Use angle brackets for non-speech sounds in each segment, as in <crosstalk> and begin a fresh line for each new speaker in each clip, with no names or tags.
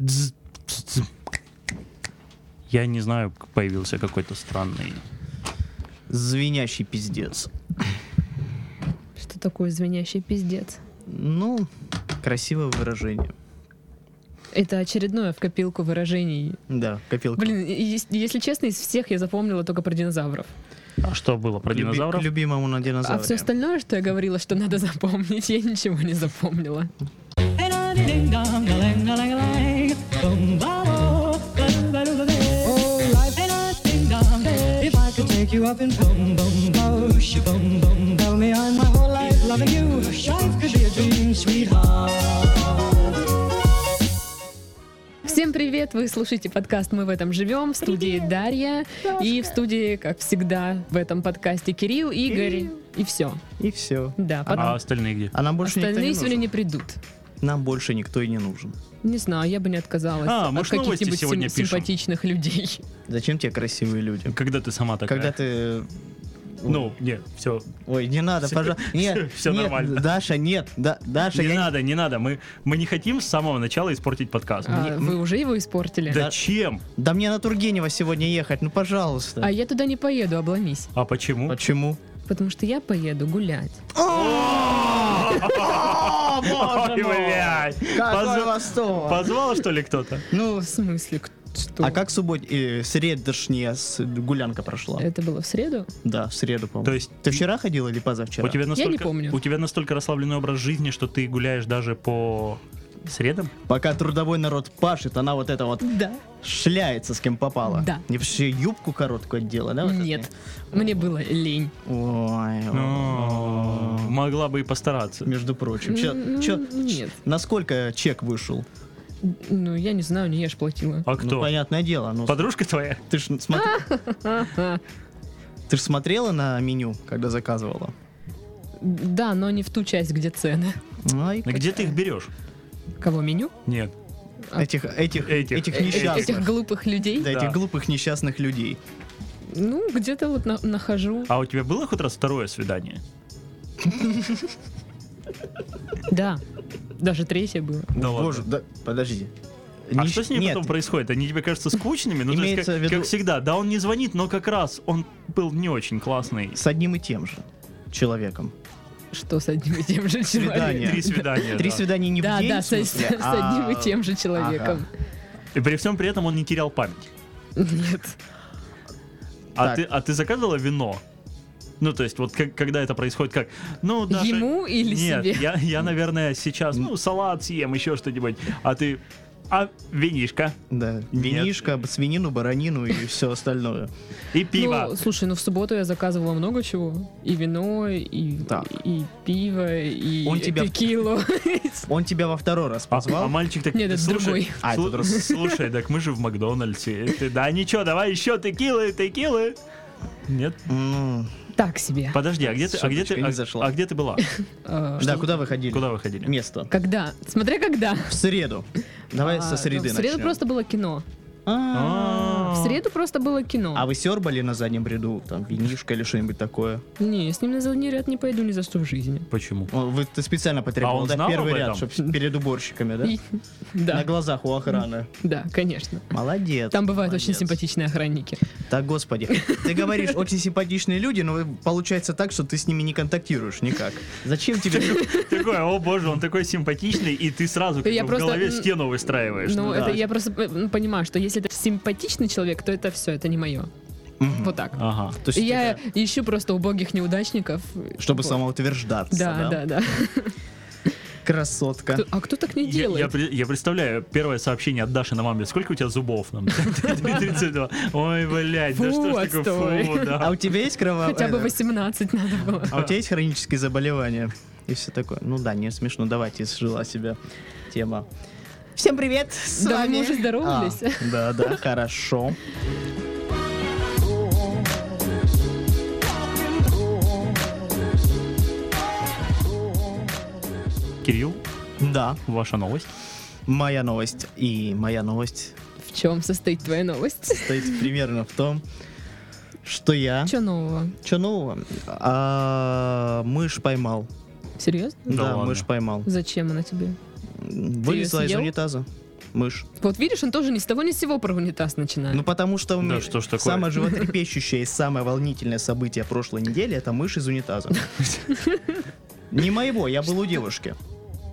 Дз- дз- дз. Я не знаю, к- появился какой-то странный.
Звенящий пиздец.
Что такое звенящий пиздец?
Ну, красивое выражение.
Это очередное в копилку выражений.
Да, копилка.
Блин, и- и ес- если честно, из всех я запомнила только про динозавров.
А что было про
Люби-
динозавров?
К любимому на
А
динозавре.
все остальное, что я говорила, что надо <laughs> запомнить, я ничего не запомнила.
Oh, life ain't a ding dong. If I could take you up in boom boom boosh, boom boom, tell me I'm my whole life loving you. Life could be a dream, sweetheart.
Всем привет! Вы слушаете подкаст «Мы в этом живем» в студии Дарья и в студии, как всегда, в этом подкасте Кирилл, Игорь и все.
И все.
Да, под-
А остальные где?
А нам больше никто не
остальные
нужен.
сегодня не придут.
Нам больше никто и не нужен.
Не знаю, я бы не отказалась
А, мы
от
ж новости
каких-нибудь сим-
сегодня пишем.
симпатичных людей.
Зачем тебе красивые люди?
Когда ты сама такая?
А. Когда ты...
Ну, нет, все.
Ой, не надо,
Всё- <laughs>
пожалуйста. Нет,
всё
нет,
нормально.
Даша, нет, да, Даша,
Не
я-
надо, не надо. Мы, мы не хотим с самого начала испортить подкаст.
А,
Мне-
вы уже его испортили?
Зачем?
Да мне на Тургенева сегодня ехать, ну пожалуйста.
А я туда не поеду, обломись.
А почему?
Почему?
Потому что я поеду гулять.
<laughs> О,
<laughs> Ой,
боже мой!
блядь.
Какой
Позв-
восторг!
<laughs> Позвал, что ли, кто-то?
Ну,
В смысле, к- что?
а как субботня, э, средошняя с- гулянка прошла?
Это было в среду?
Да, в среду, по-моему.
То есть
Ты вчера ходил или позавчера?
у тебя настолько,
помню.
у тебя настолько расслабленный образ жизни, что ты гуляешь даже по средам?
Пока трудовой народ пашет, она вот это вот
Да.
шляется с кем попала.
Да.
И вообще юбку короткую отдела, да? вот это?
Нет. Мне было лень.
Ой,
О,
ой.
Могла бы и постараться.
Между прочим. Чё-
М,
чё-
ну, нет.
Насколько чек вышел?
Ну, я не знаю, не я ж платила. <laughs>
А
Ну,
кто?
понятное дело. Ну,
Подружка твоя?
ты ж смотри-
А! Ха-ха.
ты ж смотрела на меню, когда заказывала?
Да, но не в ту часть, где цены.
Ай,
А Где ты их берешь?
Кого меню?
Нет.
Этих, этих,
Этих.
этих,
Э,
несчастных.
Этих глупых людей?
Да,
Да.
этих глупых несчастных людей.
Ну, где-то вот на- нахожу.
А у тебя было хоть раз второе свидание?
Да. Даже третье было.
Да ладно.
Боже, да, подожди.
А
Нищ-
что с ними
Нет,
потом происходит? Они тебе кажутся скучными? Ну, то есть,
Имеется
как,
в виду-
как всегда, да, он не звонит, но как раз он был не очень классный.
с одним и тем же человеком.
Что с одним и тем же
Свидание.
человеком?
Три свидания.
Три
да.
свидания не
Да,
в день,
да,
в
с, с-
смысле,
с одним и
а-
тем же человеком.
И при всем при этом он не терял память.
Нет.
А
Так.
ты, а ты заказывала вино? Ну, то есть, вот как- когда это происходит, как? Ну, Даша,
Ему или
нет,
себе?
Я, я, наверное, сейчас, ну, салат съем, еще что-нибудь. А ты, а винишка
Да, винишко, свинину, баранину и все остальное.
и пиво.
Ну, слушай, ну в субботу я заказывала много чего. И вино, и,
Так.
и пиво, и
Он тебя- <laughs>
текилу.
Он тебя во второй раз
А,
позвал.
а мальчик так,
Нет, это
слушай, <laughs>
другой.
А, это
слу-
другой.
слушай, так мы же в Макдональдсе. Ты, да ничего, давай еще текилы, текилы. Нет,
М,
Так себе.
подожди, а где ты, а где ты,
Шуточка не
а,
зашла.
а где ты была?
А,
Да,
что-
куда вы ходили?
Куда вы ходили?
Место.
Когда? Смотря когда.
В среду. Давай
А,
со среды
ну, В среду
начнем.
просто было кино.
А.
В среду просто было кино.
А вы сербали на заднем ряду, там, винишко или что-нибудь такое?
Не, с ним на задний ряд не пойду ни за что в жизни.
Почему?
О, Вы ты специально
А
потребовал,
он
да,
знал
первый
об
ряд,
этом?
чтобы перед уборщиками, да?
И-
На
<laughs> Да,
глазах у охраны.
да, конечно.
Молодец.
Там бывают очень
молодец.
симпатичные охранники.
Да, господи. Ты
<laughs>
говоришь, очень симпатичные люди, но получается так, что ты с ними не контактируешь никак. Зачем тебе...
<laughs> Такой, о боже, он такой симпатичный, и ты сразу как
Я
бы в
просто,
голове
м,
стену выстраиваешь.
Ну,
ну
это
да.
я просто э, ну, понимаю, что если это симпатичный человек, то это все, это не мое.
<laughs> Мгм. А,
Вот так.
Ага.
То есть
И я
это-
ищу просто убогих неудачников.
Чтобы
Вот.
самоутверждаться,
Да,
да?
да, да.
<laughs>
Красотка.
Кто- А кто так не
Я, я
делает?
пре- я представляю первое сообщение от Даши на маме. Сколько у тебя зубов? Нам <laughs> 32. Ой, блядь, да
Фу,
что ж такое,
отстой.
фу,
А
да.
у тебя есть кровавая...
Хотя бы 18 надо было.
А у тебя есть хронические заболевания? И все такое. Ну да, не смешно, давайте сжила себя тема. Всем привет! С
Да
вами...
мы уже здоровались.
А, да, да, хорошо. А
Кирилл,
Да,
ваша новость.
моя новость. И моя новость
<laughs> В чем состоит твоя новость?
стоит примерно в том, что я...
Че А нового?
Че нового? А, мышь поймал.
Серьезно?
Да
Да,
ладно.
мышь поймал.
Зачем она тебе?
Вылезла из
съел?
унитаза. мышь.
Вот видишь, он тоже ни с того ни с сего про унитаз начинает.
Ну, потому что
Да
м,
что ж такое.
самое животрепещущее и самое волнительное событие прошлой недели это мышь из унитаза. Не моего, я был у девушки.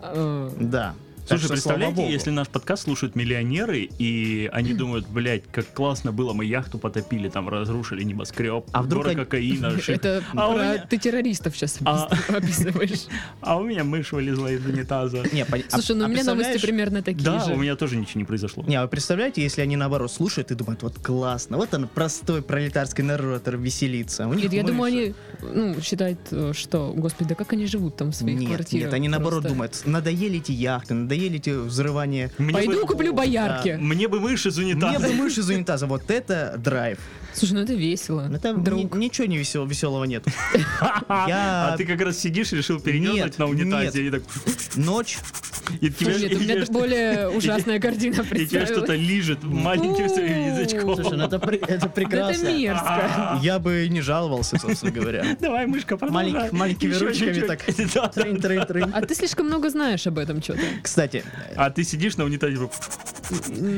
Э,
Да. Так
Слушай,
что, слава
представляете,
богу.
если наш подкаст слушают миллионеры, и
<clears throat>
они думают, блядь, как классно было, мы яхту потопили, там разрушили небоскреб,
А вдруг
горы
они- <laughs>
кокаина, ши-
Это
А у
про-
меня-
ты террористов сейчас
А. <laughs>
описываешь.
а у меня мышь вылезла из
<laughs>
унитаза.
Не, пон- а-
Слушай, ну
а
у меня новости
представляешь-
примерно такие
Да,
же.
у меня тоже ничего не произошло.
Не, а вы представляете, если они наоборот слушают и думают, вот классно, вот он простой пролетарский народ веселится. У них
Нет, я думаю,
мыши.
они ну, считают, э, что, господи, да как они живут там в своих
нет,
квартирах.
Нет, они наоборот
просто.
думают, надоели эти яхты, надоели эти взрывания.
Мне
Пойду
бы-
куплю боярки.
Мне бы мышь из
Мне бы
унитаза.
мышь из унитаза, вот это драйв.
Слушай, ну это весело.
Ну, Там
друг.
ни- ничего не веселого, веселого нет. Я-
<laughs> А ты как раз сидишь и решил передернуть
Нет,
на унитазе. И так... <laughs>
Ночь,
И тебя-
Слушай, нет,
и
у меня
тебя- <laughs>
более ужасная картина
и тебя что-то
представилась.
лижет маленьким
У.
своим язычком.
слушай, ну это пр- это
Да Это
прекрасно.
мерзко.
Я бы и не жаловался, собственно говоря.
<laughs> Давай, мышка, продолжай.
Маленьких- маленькими
Ещё
ручками
чуть-чуть.
так.
<laughs> Да, да.
Трынь-трынь-трынь.
А ты слишком много знаешь об этом что-то.
Кстати,
А ты сидишь на унитазе,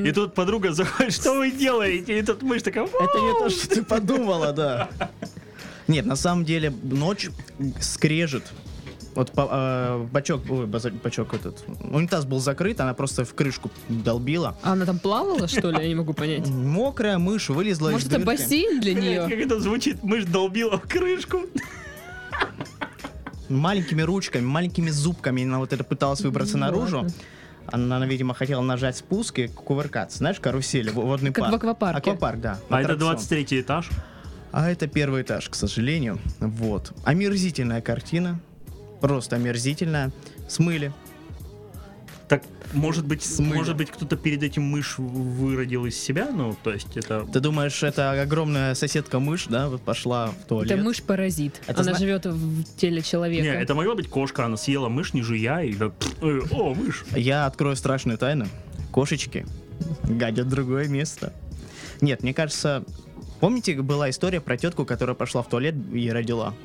и тут подруга заходит, что вы делаете? И тут мышь такая, «Вау».
это не то, что ты подумала, да. Нет, на самом деле ночь скрежет. Вот по- э, бачок, ой, база- бачок этот, унитаз был закрыт, она просто в крышку долбила.
А она там плавала, что ли? Я не могу понять.
Мокрая мышь вылезла из
Может, это
дырки.
бассейн для
Блядь, как
нее?
это звучит, мышь долбила в крышку.
маленькими ручками, маленькими зубками она вот это пыталась выбраться
Ну,
наружу.
ладно.
Она, она, видимо, хотела нажать спуск и кувыркаться. Знаешь, карусель, во- водный
Как в
парк.
аквапарке.
Аквапарк, да.
А это
аттракцион.
23 этаж.
А это первый этаж, к сожалению. Вот. Омерзительная картина. Просто омерзительная. Смыли.
Так, может быть,
Смыли.
может быть, кто-то перед этим мышь выродил из себя, ну, то есть это...
Ты думаешь, это огромная соседка-мышь, да, вот пошла в туалет?
Это мышь-паразит.
Это
Она
зна-
живет в теле
Не,
человека.
это могла быть кошка, она съела мышь, не жуя, и так, «Э, о, мышь.
Я открою страшную тайну. Кошечки гадят другое место. Нет, мне кажется... Помните, была история про тетку, которая пошла в туалет и родила?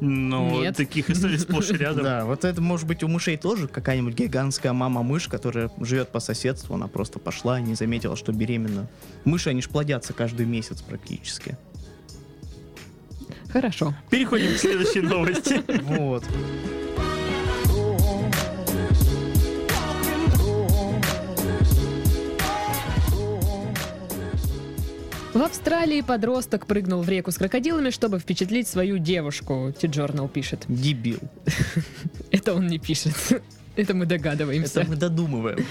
Но
Нет.
таких историй сплошь и рядом.
Да, вот это может быть у мышей тоже какая-нибудь гигантская мама-мышь, которая живет по соседству, она просто пошла и не заметила, что беременна. Мыши, они ж плодятся каждый месяц практически.
Хорошо.
Переходим к следующей новости.
Вот.
В Австралии подросток прыгнул в реку с крокодилами, чтобы впечатлить свою девушку. T-Journal пишет.
Дебил.
Это он не пишет. <laughs> Это мы догадываемся.
Это мы додумываем.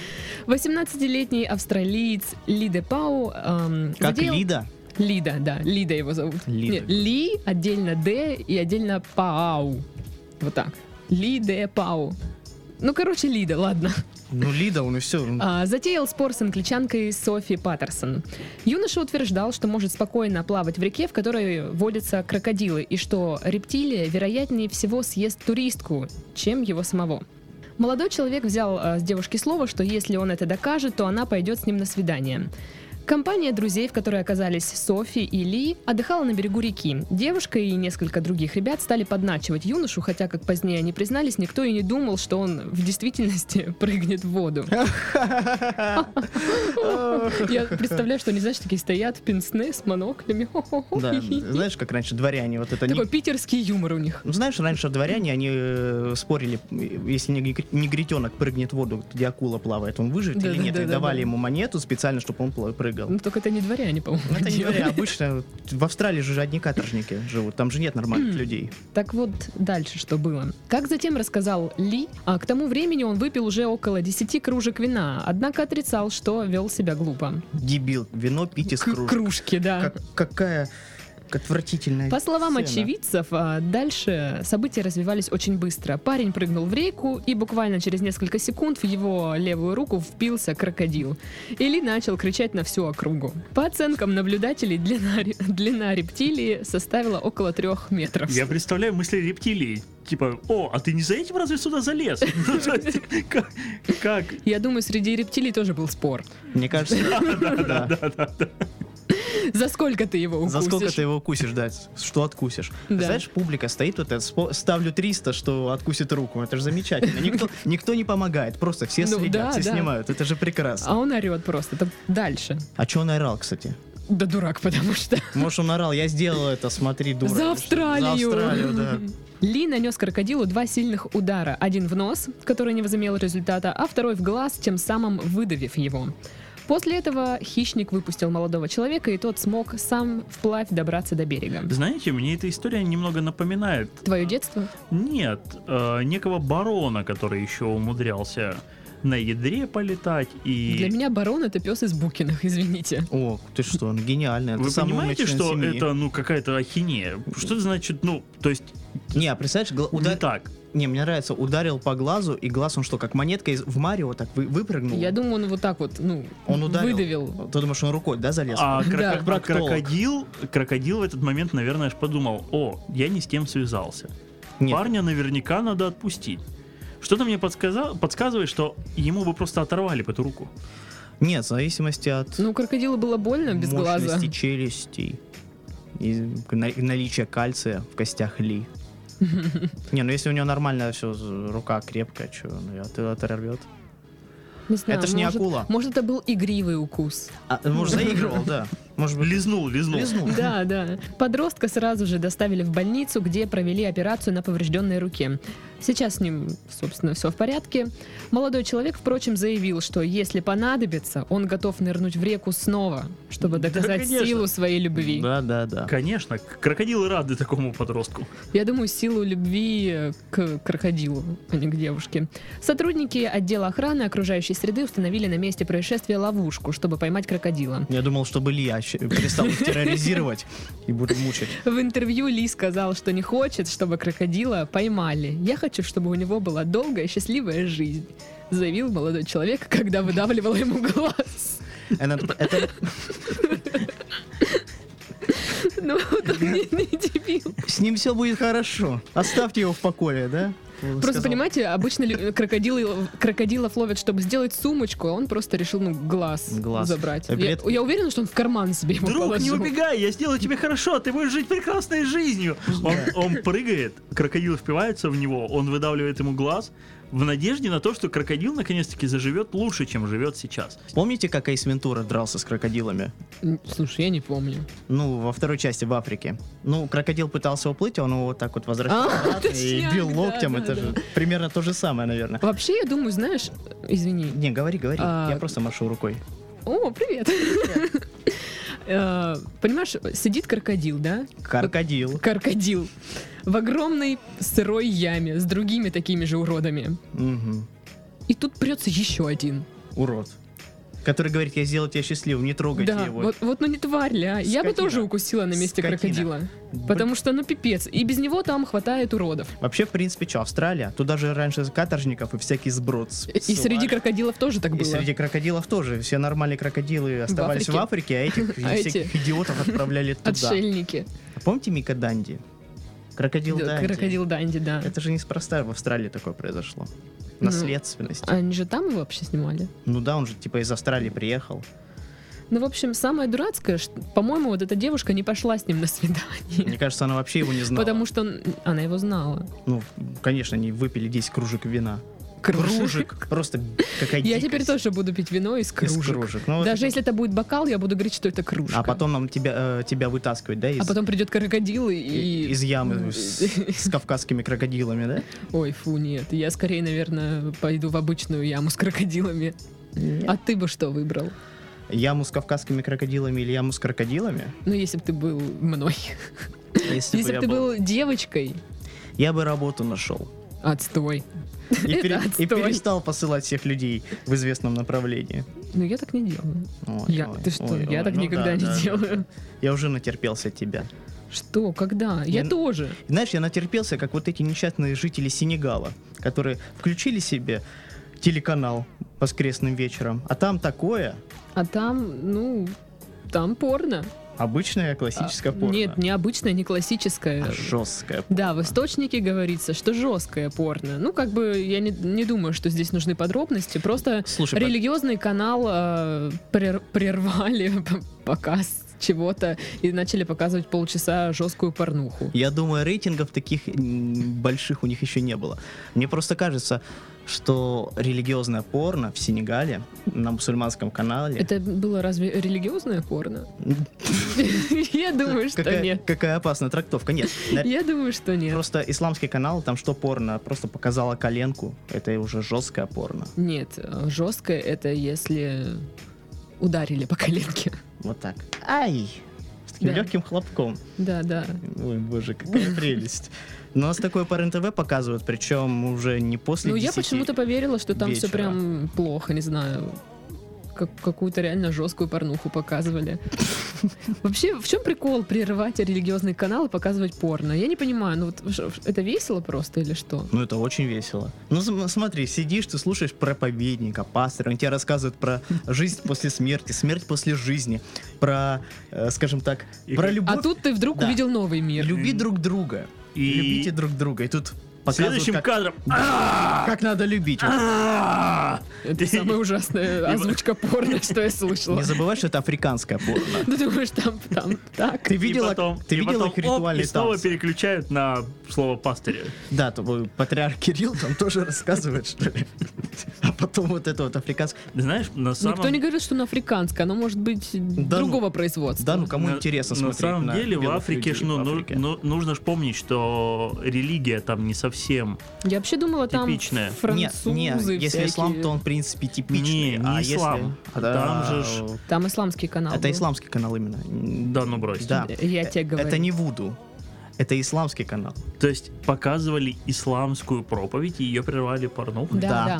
18-летний австралиец Лиде Пау эм,
Как
задел-
Лида?
Лида, да, Лида его зовут.
Лида.
Нет, Ли, отдельно Д и отдельно Пау. Вот так. Лиде Пау. Ну, короче, Лида, ладно.
Ну, Лида, он и все.
А, затеял спор с англичанкой Софи Паттерсон. Юноша утверждал, что может спокойно плавать в реке, в которой водятся крокодилы, и что рептилия, вероятнее всего, съест туристку, чем его самого. Молодой человек взял а, с девушки слово, что если он это докажет, то она пойдет с ним на свидание. Компания друзей, в которой оказались Софи и Ли, отдыхала на берегу реки. Девушка и несколько других ребят стали подначивать юношу, хотя, как позднее они признались, никто и не думал, что он в действительности <laughs> прыгнет в
<laughs>
воду. Я представляю, что они, знаешь, такие стоят в пенсне с моноклями. <laughs> Хо-хо-хо.
Да,
Хи-хи.
знаешь, как раньше дворяне, вот это... не-
Такой питерский юмор у них.
Ну, знаешь, раньше дворяне, они э, спорили, э, если негри- негритенок прыгнет в воду, где акула плавает, он выживет или нет, и
Да-да-да-да-да.
давали ему монету специально, чтобы он пла- прыгал.
Ну, только это не дворяне, по-моему.
Ну, Это не
делали.
говоря, обычно вот в Австралии же одни каторжники живут, там же нет нормальных людей.
Так вот, дальше что было. Как затем рассказал Ли, а к тому времени он выпил уже около 10 кружек вина, однако отрицал, что вел себя глупо.
Дебил, вино пить из
К- а.
кружек.
кружки, да.
Как- какая отвратительная
По словам
сцена.
очевидцев, а, дальше события развивались очень быстро. Парень прыгнул в реку, и буквально через несколько секунд в его левую руку впился крокодил. Или начал кричать на всю округу. По оценкам наблюдателей, длина, ре- длина рептилии составила около трех метров.
Я представляю мысли рептилий. Типа, о, а ты не за этим разве сюда залез? <laughs> Ну, то есть, как- Как?
<laughs> Я думаю, среди рептилий тоже был спор.
Мне кажется, да.
За сколько ты его укусишь?
За сколько ты его укусишь, да? Что откусишь?
Да.
Знаешь, публика стоит вот это, спо- ставлю 300, что откусит руку. Это же замечательно.
<laughs>
Никто, никто не помогает, просто все
Ну,
следят,
да,
все
да.
снимают. Это же прекрасно.
А он орет просто. Так дальше.
А чё он орал, кстати?
Да дурак,
<laughs>
потому что.
Может, он орал, я сделал это, смотри, дура.
За Австралию.
За Австралию,
<laughs>
да.
Ли нанес крокодилу два сильных удара. Один в нос, который не возымел результата, а второй в глаз, тем самым выдавив его. После этого хищник выпустил молодого человека, и тот смог сам вплавь добраться до берега.
Знаете, мне эта история немного напоминает.
Твое детство?
Нет, э, некого барона, который еще умудрялся на ядре полетать и...
Для меня барон это пес из Букиных, <laughs> извините.
О, ты что, он гениальный. это
Вы
самый умный
понимаете,
член
что
семьи.
это, ну, какая-то ахинея? Что это значит, ну, то есть,
Не, а представляешь, гла-
не
удар-
так.
Не, мне нравится, ударил по глазу, и глаз он что, как монетка из... в Марио так вы- выпрыгнул?
Я думаю, он вот так вот, ну,
Ну. Он ударил.
выдавил.
Ты думаешь, он рукой, да, залез?
А,
Да.
кроко-
Как
а
проктолог.
крокодил, крокодил в этот момент, наверное, аж подумал, о, я не с тем связался.
Нет.
Парня наверняка надо отпустить. Что-то мне подсказа- подсказывает, что ему бы просто оторвали бы эту руку.
Нет, в зависимости от
Ну, крокодилу было больно без глаза.
мощности челюстей и на- наличия кальция в костях Ли.
<laughs>
Не, ну если у него нормально все, рука крепкая, что, ну я- ты оторвет.
Не знаю,
Это ж не
может-
акула.
Может, это был игривый укус.
А, может, заигрывал, да. Может быть,
Лизнул, лизнул.
лизнул.
Да, да. Подростка сразу же доставили в больницу, где провели операцию на поврежденной руке. Сейчас с ним, собственно, все в порядке. Молодой человек, впрочем, заявил, что если понадобится, он готов нырнуть в реку снова, чтобы
Да,
доказать
конечно.
силу своей любви.
Да, да, да.
Конечно, к- крокодилы рады такому подростку.
Я думаю, силу любви э, к крокодилу, а не к девушке. Сотрудники отдела охраны окружающей среды установили на месте происшествия ловушку, чтобы поймать крокодила.
Я думал, чтобы Ли ощ- перестал их терроризировать и будет мучить.
В интервью Ли сказал, что не хочет, чтобы крокодила поймали. Я хочу, чтобы у него была долгая и счастливая жизнь, заявил молодой человек, когда выдавливала ему глаз.
Это, это
Ну, вот он не, не дебил.
С ним все будет хорошо. Оставьте его в покое, да? Он
Просто,
сказал.
понимаете, обычно лю- крокодилы, крокодилов ловят, чтобы сделать сумочку, а он просто решил, ну, глаз,
Глаз.
забрать.
А
Я,
билет-
я уверена, что он в карман себе его
Друг, не
положил.
убегай, я сделаю тебе хорошо, ты будешь жить прекрасной жизнью. Он, он прыгает, крокодил впивается в него, он выдавливает ему глаз в надежде на то, что крокодил наконец-таки заживет лучше, чем живет сейчас.
Помните, как Эйс Вентура дрался с крокодилами?
Н- Слушай, я не помню.
Ну, во второй части в Африке. Ну, крокодил пытался уплыть, а он его вот так вот возвращал
А,
обратно и
точняк,
бил
да,
локтем.
да,
Это
да.
же примерно то же самое, наверное.
Вообще, я думаю, знаешь, извини.
Не, говори, говори.
А,
Я просто машу рукой.
О, привет. Э, Понимаешь, сидит крокодил, да?
Крокодил.
Крокодил. В огромной сырой яме с другими такими же уродами.
Мгм.
И тут прется еще один.
Урод. Который говорит, я сделал тебя счастливым, не трогайте
да,
его.
вот, вот ну не тварь ли, а? Я бы
Скотина.
тоже укусила на месте
Скотина.
крокодила. Потому что, ну, пипец. И без него там хватает уродов.
Вообще, в принципе, что, Австралия? Тут даже раньше каторжников и всякий сброд. с-
И среди крокодилов тоже так
И
было.
среди крокодилов тоже. Все нормальные крокодилы оставались в Африке, а этих
<laughs> А эти?
всяких идиотов
<laughs>
отправляли туда.
Отшельники.
А Помните Мика Данди? Крокодил
Да,
Данди.
Крокодил Данди, да.
Это же неспроста в Австралии такое произошло.
Ну.
Наследственность.
Они же там его вообще снимали?
Ну да, он же типа из Австралии
<laughs>
приехал.
Ну, в общем, самое дурацкое, что, по-моему, вот эта девушка не пошла с ним на свидание.
Мне кажется, она вообще его не знала.
Потому что он- она его знала.
Ну, конечно, они выпили 10 кружек вина. Просто какая
Я
дикость.
теперь тоже буду пить вино из
Из
кружек.
кружек. Ну, вот
Даже
это-
если это будет бокал, я буду говорить, что это кружка.
А потом нам тебя, э, тебя вытаскивать, да, из,
А потом придет крокодил и...
и- из
<laughs>
ямы с, с кавказскими крокодилами, да?
Ой, фу, нет. Я скорее, наверное, пойду в обычную яму с крокодилами.
Нет.
А ты бы что выбрал?
Яму с кавказскими крокодилами или яму с крокодилами?
Ну, если бы ты был мной.
Если,
если
бы
бы
я
ты
был-
был девочкой,
Я бы работу нашел.
отстой.
И,
<laughs> Это
пере- и
отстой.
перестал посылать всех людей в известном направлении.
Ну, я так не делаю.
Ой,
Я,
ой,
ты что,
ой,
я
ой,
так
ну
никогда
да,
не
да, да.
делаю.
Я уже натерпелся тебя.
Что, когда? Я
Не- ну
тоже.
Знаешь, я натерпелся, как вот эти несчастные жители Сенегала, которые включили себе телеканал воскресным вечером, а там такое,
А там, ну, там порно. А,
Обычная классическая порно.
Нет, необычное, не классическое.
А жесткая порно.
Да, в источнике говорится, что жесткое порно. Ну, как бы я не, не думаю, что здесь нужны подробности. Просто
Слушай, под-
религиозный канал э, прер- прервали <laughs> п- показ чего-то и начали показывать полчаса жесткую порнуху.
Я думаю, рейтингов таких м, больших у них еще не было. Мне просто кажется, что религиозное порно в Сенегале на мусульманском канале...
Это было разве религиозное
<laughs>
порно? Я думаю, что
какая,
нет.
какая опасная трактовка.
<laughs>
Нет, на-
Я думаю, что нет.
просто исламский канал, там что порно? Просто показала коленку. Это уже жесткое порно.
Нет, э, жесткое это если ударили по коленке.
Вот так. Ай! С таким
Да.
легким хлопком.
Да, да.
Ой, боже,
<laughs>
какая прелесть. Но нас такое по РНТВ показывают, причем уже не после
Ну, я
10.
почему-то поверила, что там все
вечера.
прям плохо, не знаю. Как, какую-то реально жесткую порнуху показывали. <laughs> Вообще, в чем прикол прерывать религиозный канал и показывать порно? Я не понимаю, ну вот ш- это весело просто или что?
Ну, это очень весело. Ну, см- смотри, сидишь, ты слушаешь проповедника, пастора, он тебе рассказывает про жизнь после смерти, смерть после жизни, про, э, скажем так,
И
про
как-
любовь.
А тут ты вдруг
Да.
увидел новый мир.
Люби друг друга.
И-
Любите друг друга. И тут показывают,
Следующим
как,
кадром.
как надо любить.
А!
Это
<laughs>
самая ужасная озвучка порно, что я слышала.
Не забывай, что это африканское порно.
<laughs> Ты думаешь, там, там, так.
<laughs>
Ты
И
видела,
потом-
ты
и
видела
потом,
их ритуальные
оп, и снова
танцы?
переключают на слово пастыря.
Да, твой патриарх Кирилл там тоже рассказывает, что ли. <laughs> А потом вот это вот африканское.
Ты Знаешь, на самом
Никто Ну, не говорит, что оно африканское, оно может быть
ну.
другого производства.
Да, ну кому
на-
интересно
на
смотреть
самом деле в
белых
Африке,
людей
ж, ну,
в
ну,
Африке?
ну, нужно же помнить, что религия там не совсем
Я вообще думала, там
Типичное.
Нет,
французы
нет, если
всякие.
ислам, то он, в принципе, типичный.
Не, не
а если-
ислам.
А,
Там же ж-
Там исламский канал.
Это
был.
исламский канал именно.
Да ну брось.
Да.
Я тебе говорю.
Э, Это не Вуду. Это исламский канал.
То есть показывали исламскую проповедь, и ее прервали порнухой.
Да,
Да.
да.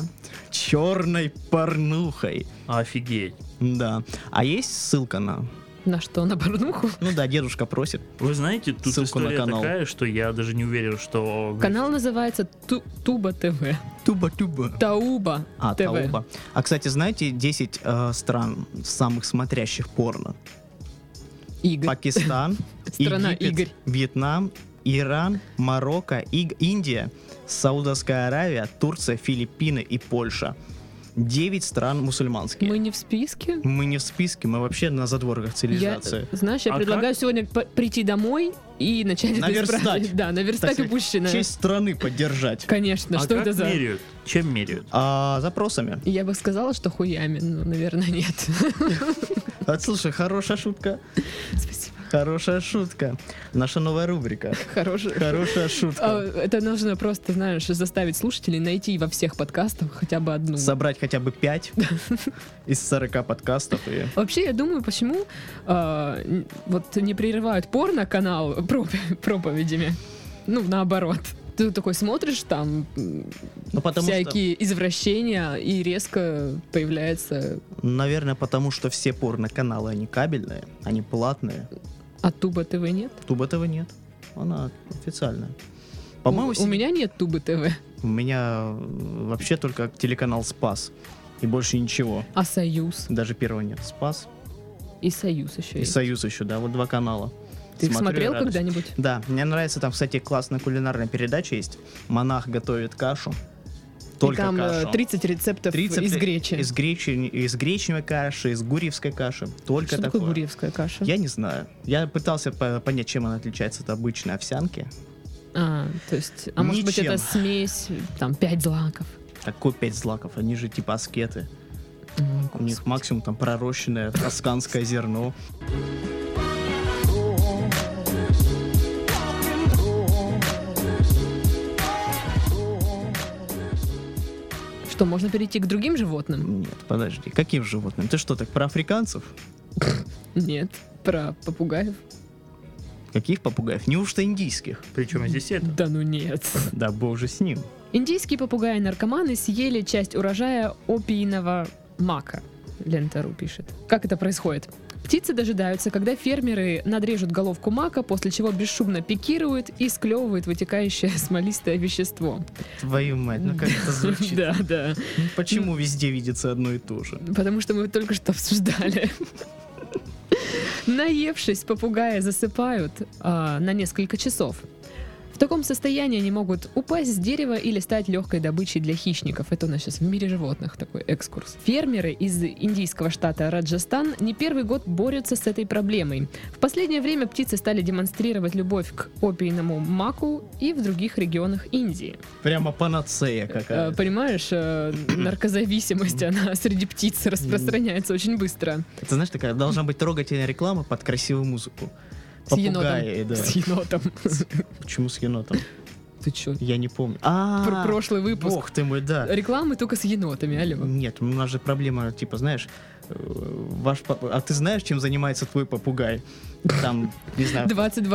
Черной порнухой.
Офигеть.
Да. А есть ссылка на...
На что? На порнуху?
Ну да, дедушка просит.
Вы знаете, тут
Ссылку на
история
канал.
такая, что я даже не уверен, что...
Канал называется Ту- Туба ТВ.
Туба-туба.
Тауба
А,
ТВ.
Тауба. А, кстати, знаете 10 э, стран самых смотрящих порно?
Игорь.
Пакистан,
<laughs>
Страна
Египет,
Игорь.
Вьетнам, Иран, Марокко, Иг- Индия, Саудовская Аравия, Турция, Филиппины и Польша. Девять стран мусульманских.
Мы не в списке?
Мы не в списке, мы вообще на задворках
Я, э,
цивилизации.
знаешь, я
А
предлагаю сегодня по- прийти домой и начать это
Наверстать.
исправлять. Да,
Так
наверстать
сказать,
упущенное.
Честь страны поддержать.
Конечно,
а
что
как
это за...
меряют? Чем меряют?
А, запросами.
Я бы сказала, что хуями, но, наверное, нет. <laughs>
А, слушай, хорошая шутка.
Спасибо.
Хорошая шутка. Наша новая рубрика.
Хороший.
Хорошая
А,
шутка.
Это нужно просто, знаешь, заставить слушателей найти во всех подкастах хотя бы одну.
Собрать хотя бы
<laughs>
5 из 40 подкастов и
Вообще, я думаю, почему а, н- вот не прерывают порно-канал пропо- <laughs> проповедями. Ну, наоборот. Ты такой смотришь, там м,
Ну, потому
всякие извращения, и резко появляется
что, наверное, потому что все порно-каналы, они кабельные, они платные.
«А Туба ТВ нет?»
Туб этого нет. Она официальная.
у,
По-моему,
у
се-
меня нет Тубы ТВ.
у меня э, вообще только телеканал Спас. И больше ничего.
А Союз?
Даже первого нет. Спас
И Союз еще
и
есть.
Союз еще, да, вот два канала.
Ты их
Смотрю,
смотрел
радость.
когда-нибудь?
Да, мне нравится, там, кстати, классная кулинарная передача есть. Монах готовит кашу. Только
И там э,
кашу.
30 рецептов
30
из
ли-
гречи.
Из, гречи, из гречневой каши, из гурьевской каши. Только
Что такое,
такое.
гурьевская каша?
Я не знаю. Я пытался по- понять, чем она отличается от обычной овсянки.
А, то есть, а может быть,
Ничем.
это смесь, там, 5 злаков.
Такой пять злаков, они же типа аскеты. У них максимум там пророщенное тосканское зерно.
Что, можно перейти к другим животным?
Нет, подожди, каким животным? Ты что, так про африканцев?
Нет. Про попугаев?
Каких попугаев? Неужто индийских?
Причем здесь это?
Да ну нет.
Да боже с ним.
Индийские попугаи-наркоманы съели часть урожая опийного мака. Лентару пишет. Как это происходит? Птицы дожидаются, когда фермеры надрежут головку мака, после чего бесшумно пикируют и склевывают вытекающее <laughs> смолистое вещество.
Твою мать, ну как это звучит?
<laughs> Да, да.
Ну Почему везде видится одно и то же?
Потому что мы только что обсуждали. Наевшись, попугаи засыпают а, на несколько часов. В таком состоянии они могут упасть с дерева или стать легкой добычей для хищников. Это у нас сейчас в мире животных такой экскурс. Фермеры из индийского штата Раджастан не первый год борются с этой проблемой. В последнее время птицы стали демонстрировать любовь к опийному маку и в других регионах Индии.
Прямо панацея
Э,
какая.
Понимаешь,
<coughs>
э, наркозависимость, она среди птиц распространяется очень быстро.
Это знаешь, такая должна быть трогательная реклама под красивую музыку.
С енотом.
Попугаи, да.
С
<laughs>
енотом.
Почему с енотом?
Ты чё?
Я не помню.
Про
А,
прошлый выпуск. Э,
бог ты мой, да.
Рекламы только с енотами, алло.
Нет, у нас же проблема, типа, знаешь, э, ваш пап- а ты знаешь, чем занимается твой попугай? Там,
<laughs>
не знаю.
22.00,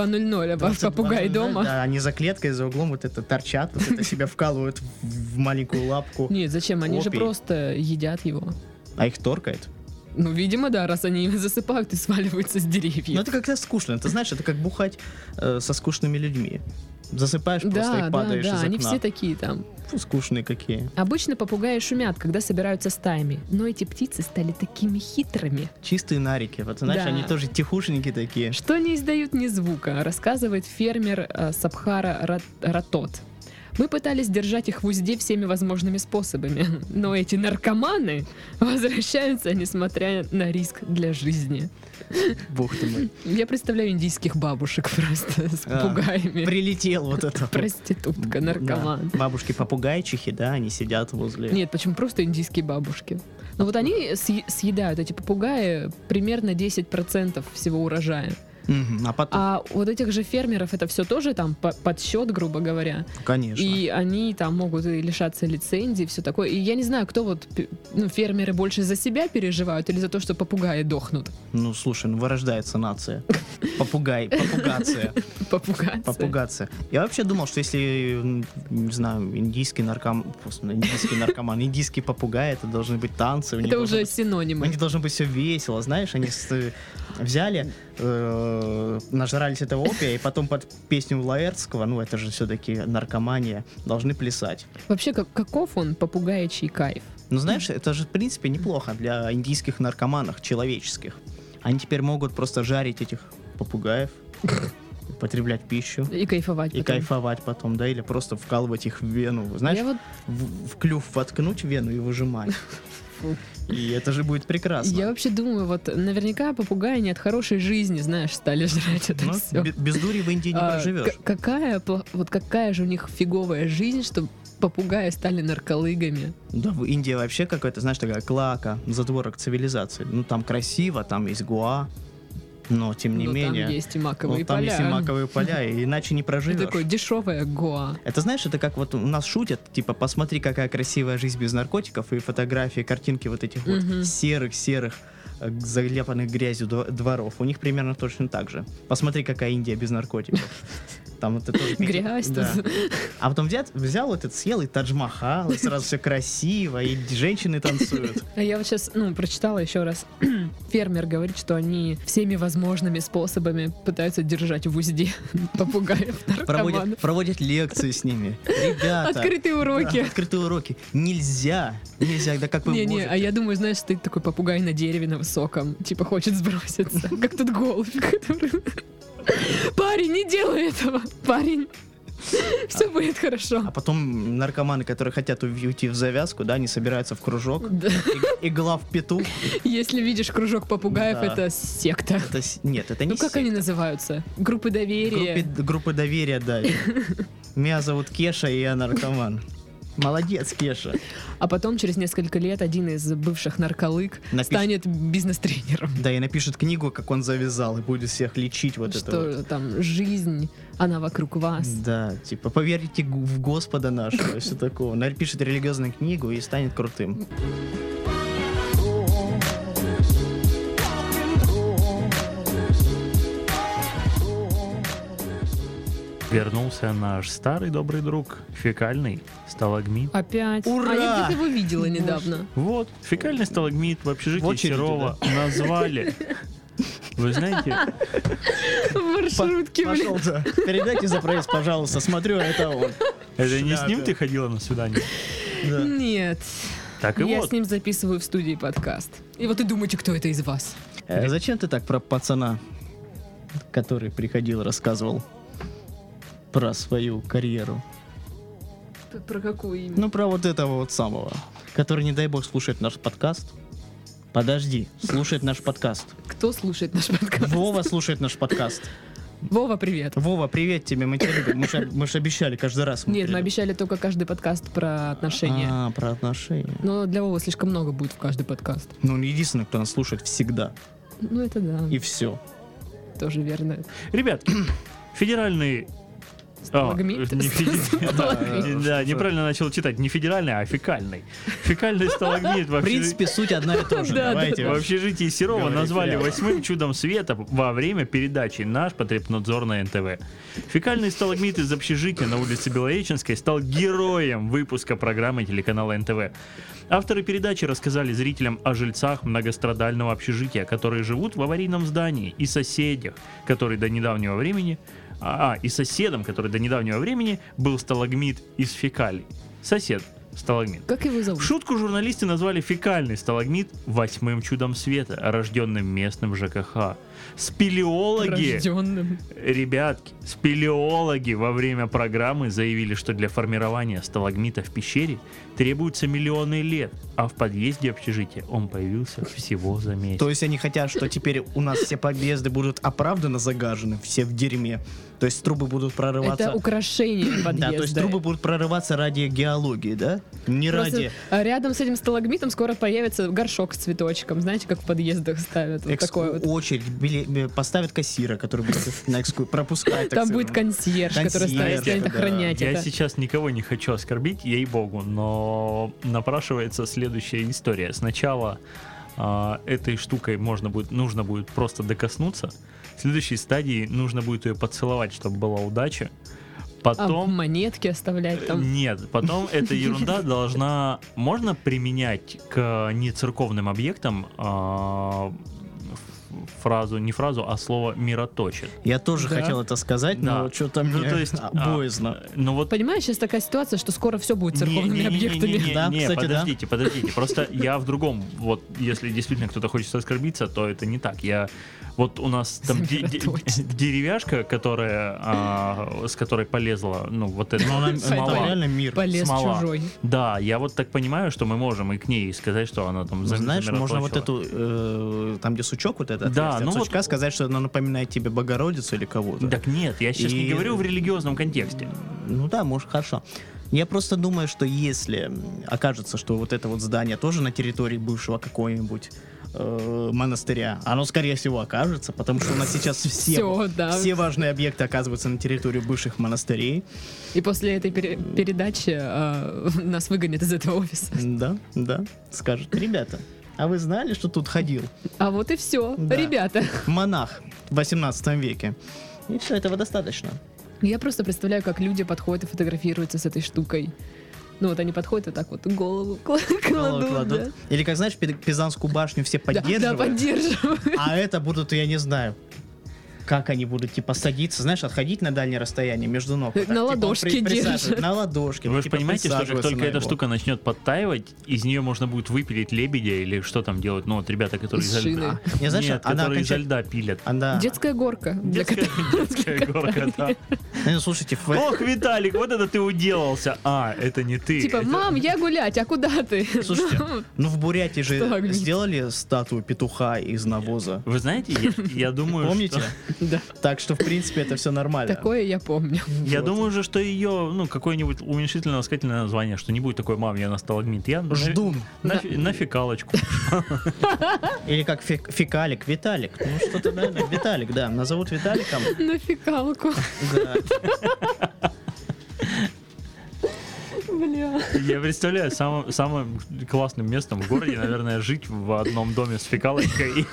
а ваш
22,
попугай
да,
дома.
Да, они за клеткой, за углом вот это торчат, вот это себя вкалывают в в маленькую лапку,
Нет, зачем? Они же
Опий.
просто едят его.
а их торкает.
Ну, видимо, да, раз они засыпают и сваливаются с
Ну
деревьев.
это как-то скучно, ты знаешь, это как бухать э, со скучными людьми. Засыпаешь просто
Да,
и
да,
падаешь
да,
из
они
окна.
все такие там.
Фу, скучные какие.
Обычно попугаи шумят, когда собираются стаями, но эти птицы стали такими хитрыми,
Чистые нарики, вот знаешь,
Да.
они тоже тихушеньки такие.
что не издают ни звука, а рассказывает фермер э, Сабхара Рат- Ратот. Мы пытались держать их в узде всеми возможными способами, <laughs> но эти наркоманы <laughs> возвращаются, несмотря на риск для жизни.
Бог ты
<laughs>
мой.
Я представляю индийских бабушек <laughs> просто с
А,
попугаями.
Прилетел вот это. вот.
<laughs> Проститутка,
Да.
наркоман.
Бабушки-попугайчихи, да, они сидят возле...
Нет, почему просто индийские бабушки? Ну вот они съ- съедают, эти попугаи, примерно 10% всего урожая.
Мгм, а потом,
А вот этих же фермеров это все тоже там по- подсчет, грубо говоря.
конечно.
А, И они там могут и лишаться лицензии, все такое. И я не знаю, кто вот, пе- ну, фермеры больше за себя переживают или за то, что попугаи дохнут. <laughs>
Ну, слушай, ну вырождается нация. Попугай,
<laughs>
попугация,
Попугай.
попугация. Я вообще думал, что если, м, не знаю, индийский наркоман, индийский наркоман, индийский попугай, это должны быть танцы. у них
Это
должно
уже
быть-
синонимы.
у них должно быть все весело, знаешь, они с- э, взяли, э, нажрались этого опия, и потом под песню Лаэртского, ну это же все-таки наркомания, должны плясать.
Вообще, как, каков он попугаячий кайф?
Ну, знаешь, это же, в принципе, неплохо для индийских наркоманов, человеческих. Они теперь могут просто жарить этих
<laughs>
попугаев, употреблять пищу
И кайфовать.
и
потом.
кайфовать потом, да, или просто вкалывать их в вену. Знаешь,
Я вот
в, в клюв воткнуть вену и выжимать.
<laughs>
И это же будет прекрасно.
Я <laughs> вообще думаю, вот наверняка попугаи не от хорошей жизни, знаешь, стали <laughs> жрать это А,
Ну,
все.
бе- без дури в Индии не проживешь.
какая, пла- вот какая же у них фиговая жизнь, что попугаи стали нарколыгами.
Да, в Индия вообще какая-то, знаешь, такая клака, затворок цивилизации. Ну, там красиво, там есть гуа, но тем не
Но
менее...
Ну, там есть и маковые
ну, там
поля.
есть и маковые
<laughs>
поля, и иначе не
Это
проживешь.
такое дешевое гоа.
Это знаешь, это как вот у нас шутят, типа, посмотри, какая красивая жизнь без наркотиков, и фотографии, картинки вот этих
Мгм.
вот серых-серых, э, залепанных грязью дво- дворов. У них примерно точно так же. Посмотри, какая Индия без наркотиков. Там вот это тоже пяти-
Грязь
да.
тут.
А потом взят- взял вот этот, съел и таджмахал, и сразу все красиво, и женщины танцуют.
А я вот сейчас, ну, прочитала еще раз. <clears throat> Фермер говорит, что они всеми возможными способами пытаются держать в узде <laughs> попугаев, наркоманов.
Проводят, проводят лекции с ними. Ребята.
Открытые уроки.
Да, открытые уроки. Нельзя. Нельзя. Да как вы
Не, не,
можете?
а я думаю, знаешь, ты такой попугай на дереве на высоком, типа хочет сброситься, <laughs> как тут голубь, который... <laughs> Парень, не делай этого, парень. <laughs> Все будет
А
хорошо.
потом наркоманы, которые хотят уйти в завязку, да, они собираются в кружок.
Да.
И- Игла в петух.
Если видишь кружок попугаев,
Да.
это секта.
Это с- нет, это не
Ну как
секта.
они называются?
Группе-
Группы доверия.
группа доверия, да. Меня зовут Кеша, и я наркоман. Молодец, Кеша.
А потом через несколько лет один из бывших нарколык
Напиш-
станет бизнес-тренером.
Да, и напишет книгу, как он завязал, и будет всех лечить вот это вот.
Что там жизнь, она вокруг вас.
Да, типа, поверьте г- в Господа нашего, и все такого. Напишет религиозную книгу и станет крутым.
Вернулся наш старый добрый друг, фекальный сталагмит.
Опять.
Ура!
А я где-то его
<laughs>
видела недавно.
Вот, фекальный сталагмит в общежитии
В очереди,
Серова назвали. Вы знаете,
В маршрутке, блин.
Пошел, да. Передайте за проезд, пожалуйста. Смотрю, это он.
это не с ним
Шляпе.
ты ходила на свидание?
Да.
Нет.
Так и
Я
вот.
с ним записываю в студии подкаст. И вот и думаете, кто это из вас.
Э, зачем ты так про пацана, который приходил, рассказывал про свою карьеру?
Про какую именно?
Ну, про вот этого вот самого, который, не дай бог, слушает наш подкаст. Подожди, слушает наш подкаст.
Ну, Кто слушает наш подкаст?
Вова слушает наш подкаст.
Вова, привет.
Вова, привет тебе, мы тебя любим. Мы же, обещали каждый раз.
Нет, мы
придем.
обещали только каждый подкаст про отношения.
А, про отношения.
Но для Вовы слишком много будет в каждый подкаст.
Ну, он единственный, кто нас слушает всегда.
Ну, это да,
И все.
тоже верно.
Ребят, федеральный... А,
Сталагмит.
не феде- <laughs>
Сталагмит.
Да, неправильно начал читать. Не федеральный, а фекальный. Фекальный сталагмит
В
вообще.
принципе, суть одна и та же.
Да, да,
Давайте.
да.
В общежитии Серова
Говорите,
назвали
я.
восьмым чудом света во время передачи «Наш потребнадзор» на НТВ. Фекальный сталагмит из общежития на улице Белореченской стал героем выпуска программы телеканала НТВ. Авторы передачи рассказали зрителям о жильцах многострадального общежития, которые живут в аварийном здании, и соседях, которые до недавнего времени... А, а, и соседом, который до недавнего времени был сталагмит из фекалий. Сосед сталагмит.
Как его
В
зовут?
шутку журналисты назвали фекальный сталагмит восьмым чудом света, рожденным местным ЖКХ. Спелеологи,
Рожденным.
ребятки, спелеологи во время программы заявили, что для формирования сталагмита в пещере требуются миллионы лет, а в подъезде общежития он появился всего за месяц.
То есть они хотят, что теперь у нас все подъезды будут оправданно загажены, все в дерьме. То есть трубы будут прорываться.
<clears throat>
Это украшение подъезда.
Да, то есть трубы будут прорываться ради геологии, да? Не
Просто,
ради
а, Рядом с этим сталагмитом скоро появится горшок с цветочком. Знаете, как в подъездах ставят? Вот
экску-
такой вот.
очередь. биле- бе- поставят кассира, который будет <laughs> на экскурсию пропускать. так
Там
скажем.
будет консьерж, который
Консьерж,
станет, станет
да.
охранять
Я
это.
сейчас никого не хочу оскорбить, ей-богу, но напрашивается следующая история. Сначала а, этой штукой можно будет, нужно будет просто докоснуться. В следующей стадии нужно будет ее поцеловать, чтобы была удача.
А
Потом...
монетки оставлять там.
Нет, потом эта ерунда должна... Можно применять к нецерковным объектам а, ф- фразу, не фразу, а слово «мироточит».
Я тоже
Да.
хотел это сказать, но
Да.
что-то мне
Ну, то
<laughs>
есть, а,
боязно.
Ну вот
Понимаешь, сейчас такая ситуация, что скоро все будет церковными объектами.
Не, не, не,
Да,
не,
кстати, да.
подождите, подождите. Просто я в другом. Вот если действительно кто-то хочет оскорбиться, то это не так. Я вот у нас там де- де-
Сосредоточься.
деревяшка, которая а, с которой полезла, ну вот это
Это реально мир.
Полез
смола.
чужой.
Да, я вот так понимаю, что мы можем и к ней сказать, что она там зам-
Ну, Знаешь, можно вот
замироточила.
эту, э, там, где сучок вот этот,
Да, ну
от
вот-
сучка сказать, что она напоминает тебе Богородицу или кого-то.
Так нет, я сейчас не
И-
говорю в религиозном контексте.
Ну да, может, хорошо. Я просто думаю, что если м, окажется, что вот это вот здание тоже на территории бывшего какого-нибудь э, монастыря, оно, скорее всего, окажется, потому что у нас
<laughs>
сейчас все,
Всё, да.
все важные объекты оказываются на территории бывших монастырей.
И после этой пере- передачи э, <laughs> нас выгонят из этого офиса.
Да, да, скажут. Ребята, а вы знали, что тут ходил
А вот и все,
Да.
ребята.
монах в 18 веке? И все, этого достаточно.
Я просто представляю, как люди подходят и фотографируются с этой штукой. Ну вот они подходят и так вот голову кла-
Голову
кладут.
кладут.
Ну да.
Или, как знаешь, Пи- Пизанскую башню все
Да,
поддерживают.
Да, поддерживают.
А это будут, я не знаю, как они будут, типа, садиться, знаешь, отходить на дальнее расстояние между ног. вот
На
типа,
ладошке
при- присаживать,
держат.
На ладошке.
Вы
ну,
же
типа,
понимаете, что как
присаживаться
только
на
эта
его.
штука начнет подтаивать, из нее можно будет выпилить лебедя или что там делать, ну вот ребята, которые
Из
изо льда.
шины.
Не, знаешь,
Нет,
она
которые изо
оконча- А,
льда пилят.
Она...
Детская горка. для
Детская-
кота.
детская горка, да.
Ну, слушайте, ф-
Ох, Виталик, вот это ты уделался. А, это не ты.
Типа,
Это-
мам, я гулять, а куда ты?
слушайте, ну в Бурятии
Что,
же
огни?
сделали статую петуха из навоза.
Вы знаете, я- я думаю,
Помните?
что-
Да.
Так что, в принципе, это все нормально.
Такое я помню.
Я
Вот.
думаю же, что ее, ну, какое-нибудь уменьшительное ласкательное название, что не будет такой, мам, я на сталагмит. Я на-
Ждун.
на
Да.
фи- На фекалочку.
Или как фе- фекалик, Виталик. Ну, что-то, наверное, Виталик, да. Назовут Виталиком.
На фекалку.
Да.
Бля.
Я представляю, самым, самым классным местом в городе, наверное, жить в одном доме с фекалочкой. И-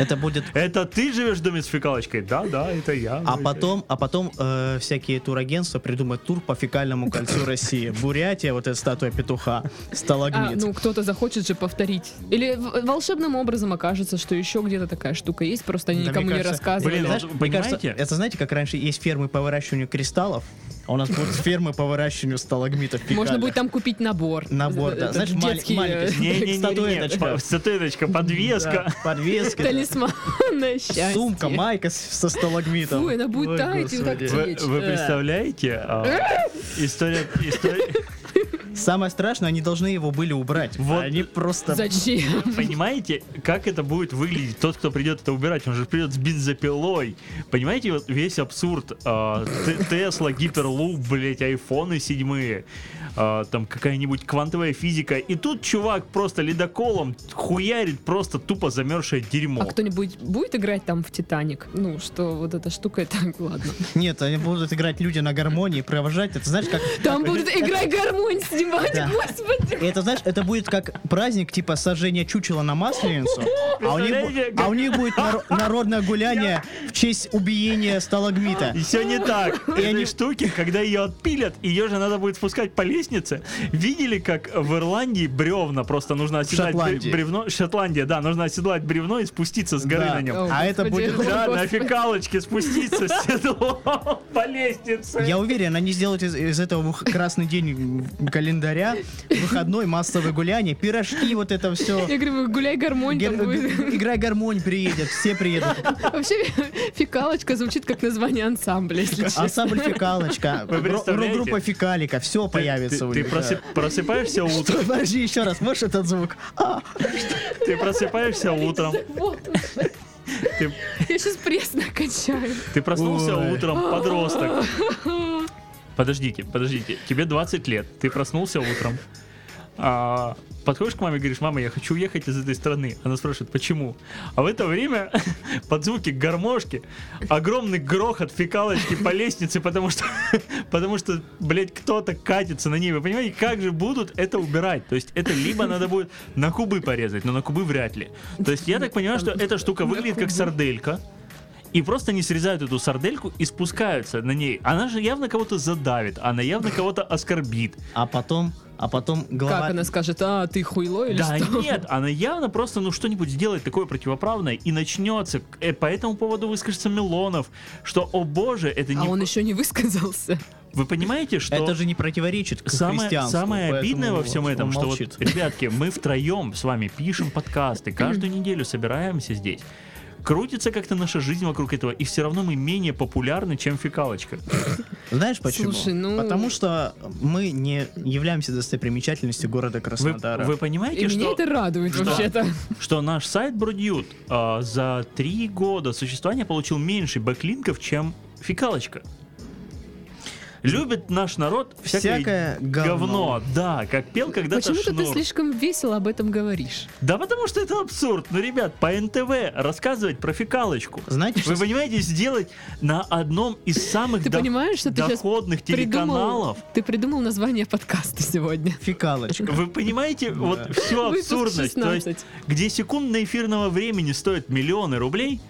Это будет
Это ты живешь в доме с фекалочкой? Да, да, это я.
А
Ну,
потом, а потом э, всякие турагентства придумают тур по фекальному кольцу России. Бурятия, вот эта статуя петуха,
А,
сталагмит.
ну кто-то захочет же повторить. Или в- волшебным образом окажется, что еще где-то такая штука есть, просто они
Да, мне
никому не
кажется,
рассказывали.
блин,
Знаешь,
вот
мне кажется,
понимаете?
это знаете, как раньше есть фермы по выращиванию кристаллов, А у нас будет ферма по выращиванию сталагмитов в
Можно
Пикале.
будет там купить набор. Э,
Набор, да.
Этот
Знаешь, мали-
детский,
маленький.
э,
Не-не-не-не,
Статуэточка.
по- Статуэточка, подвеска.
Да, подвеска. да.
Талисман
<laughs>
на счастье.
Сумка, майка с- со сталагмитом.
Фу, она будет
Ой,
таять и вот так
господи.
Вы,
течь.
вы
Э.
представляете? а, История... история-
Самое страшное, они должны его были убрать.
Вот.
Они просто...
Зачем?
Понимаете, как это будет выглядеть? Тот, кто придет это убирать, он же придет с бензопилой. Понимаете, вот весь абсурд. а, Т- Тесла, Гиперлуп, блять, айфоны седьмые. а, Там какая-нибудь квантовая физика. И тут чувак просто ледоколом хуярит просто тупо замерзшее
А
дерьмо.
кто-нибудь будет играть там в Титаник? Ну, что вот эта штука, это <laughs> ладно.
Нет, они будут играть люди на гармонии, провожать. Это знаешь, как...
Там
как-
будут играть гармонь снимать,
Да.
господи.
Это, знаешь, это будет как праздник, типа сожжение чучела на Масленицу, а у них,
Представляете,
бу- а у них будет наро- народное гуляние в честь убиения сталагмита.
И все не так. И они штуки, когда ее отпилят, ее же надо будет спускать по лестнице. Видели, как в Ирландии бревна просто нужно оседлать бре-
Шотландии.
бревно. Шотландия, да, нужно оседлать бревно и спуститься с горы
Да.
на нем.
О,
А это
господи,
будет-
о,
Да, на
господи.
фекалочке спуститься с седлом по лестнице.
Я уверен, они сделают из, из этого вых- красный день календаря, выходной, массовое гуляние, пирожки, вот это все.
Я говорю, гуляй гармонь там будет.
Играй гармонь приедет, все приедут.
<laughs> Вообще, фекалочка звучит как название ансамбля, если честно.
Ансамбль фекалочка,
Вы
гро-
представляете?
группа фекалика, все
Ты-
появится
ты-
у
Ты
них,
просы-
да.
просыпаешься утром.
Что, подожди, еще раз, можешь этот звук? А,
Ты просыпаешься утром.
Вот,
Ты
я сейчас пресс накачаю.
ты проснулся
Ой.
утром, подросток. Подождите, подождите. Тебе 20 лет. Ты проснулся утром. А, подходишь к маме и говоришь, мама, я хочу уехать из этой страны. Она спрашивает, почему? А в это время <laughs> под звуки гармошки огромный грохот фекалочки по лестнице, потому что, <laughs> потому что, блядь, кто-то катится на ней. Вы понимаете, как же будут это убирать? То есть это либо надо будет на кубы порезать, но на кубы вряд ли. То есть я так понимаю, что эта штука выглядит как сарделька. И просто не срезают эту сардельку и спускаются на ней. Она же явно кого-то задавит, она явно кого-то оскорбит.
а потом, а потом глава...
Как она скажет, а, ты хуйло <laughs> или
Да
что?
нет, она явно просто ну что-нибудь сделает такое противоправное и начнется. Э, По этому поводу выскажется Милонов, что о боже, это
А
не.
он еще не высказался.
Вы понимаете, что
Это же не противоречит к
самое,
христианству.
самое
поэтому
обидное во
вот
всем
он
этом, что вот,
молчит. <laughs>
ребятки, мы втроем с вами пишем подкасты, каждую неделю собираемся здесь. Крутится как-то наша жизнь вокруг этого, и все равно мы менее популярны, чем фекалочка.
Знаешь почему?
Слушай, ну-
Потому что мы не являемся достопримечательностью города
Вы,
Краснодара.
вы понимаете,
И
что...
меня это радует
что-
вообще-то.
что наш сайт Брудьют а, за три года существования получил меньше бэклинков, чем фикалочка. Любит наш народ всякое,
Всякое говно.
Да, как пел когда-то
Почему-то ты
Шнур.
слишком весело об этом говоришь.
Да потому что это абсурд. Ну, ребят, по НТВ рассказывать про фикалочку.
Знаете, что
Вы понимаете, сделать на одном из самых
Ты
до-
понимаешь, что ты сейчас
доходных телеканалов.
Придумал, ты придумал название подкаста сегодня.
фикалочка.
Вы понимаете, вот всю
Выпуск
абсурдность. То есть
16.
где секундно эфирного времени стоит миллионы рублей,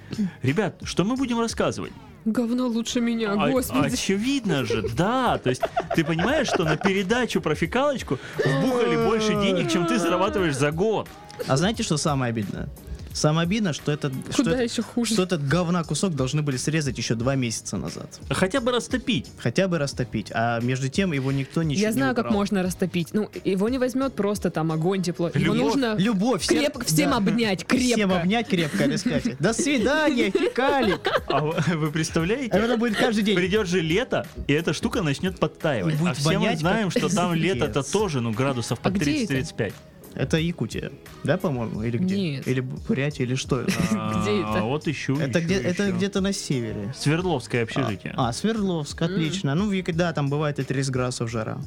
ребят, что мы будем рассказывать?
Говно лучше меня,
А-
господи.
очевидно же, да. То есть ты понимаешь, что на передачу про фекалочку вбухали больше денег, чем ты зарабатываешь за год.
А знаете, что самое обидное? Самое обидное, что этот, что,
Куда
это-
еще хуже?
что этот говна кусок должны были срезать еще два месяца назад.
Хотя бы растопить.
Хотя бы растопить. А между тем его никто ничего
Я
не
знаю, как
убрал.
можно растопить. Ну, его не возьмет просто там огонь, тепло. Его
Любовь.
нужно
Любовь. всем-
креп- всем
да.
обнять, крепко.
Всем обнять крепко, и рассказать. До свидания, фикалик.
А вы вы
А
представляете?
Это будет каждый день.
Придет же лето, и эта штука начнет подтаивать.
И будет
а все мы
вонять,
знаем,
как
что там
пиздец.
лето-то тоже, ну, градусов по
А где это?
30-35.
Это Якутия, да, по-моему, или где?
Нет.
Или Бурятия, или что это?
<laughs> Где
А,
это?
Вот ищу,
Это,
ищу,
где, это
ищу.
где-то на севере.
Свердловское общежитие.
А, Свердловск, отлично. Ну, в Яко- да, там бывает и 30 градусов жара.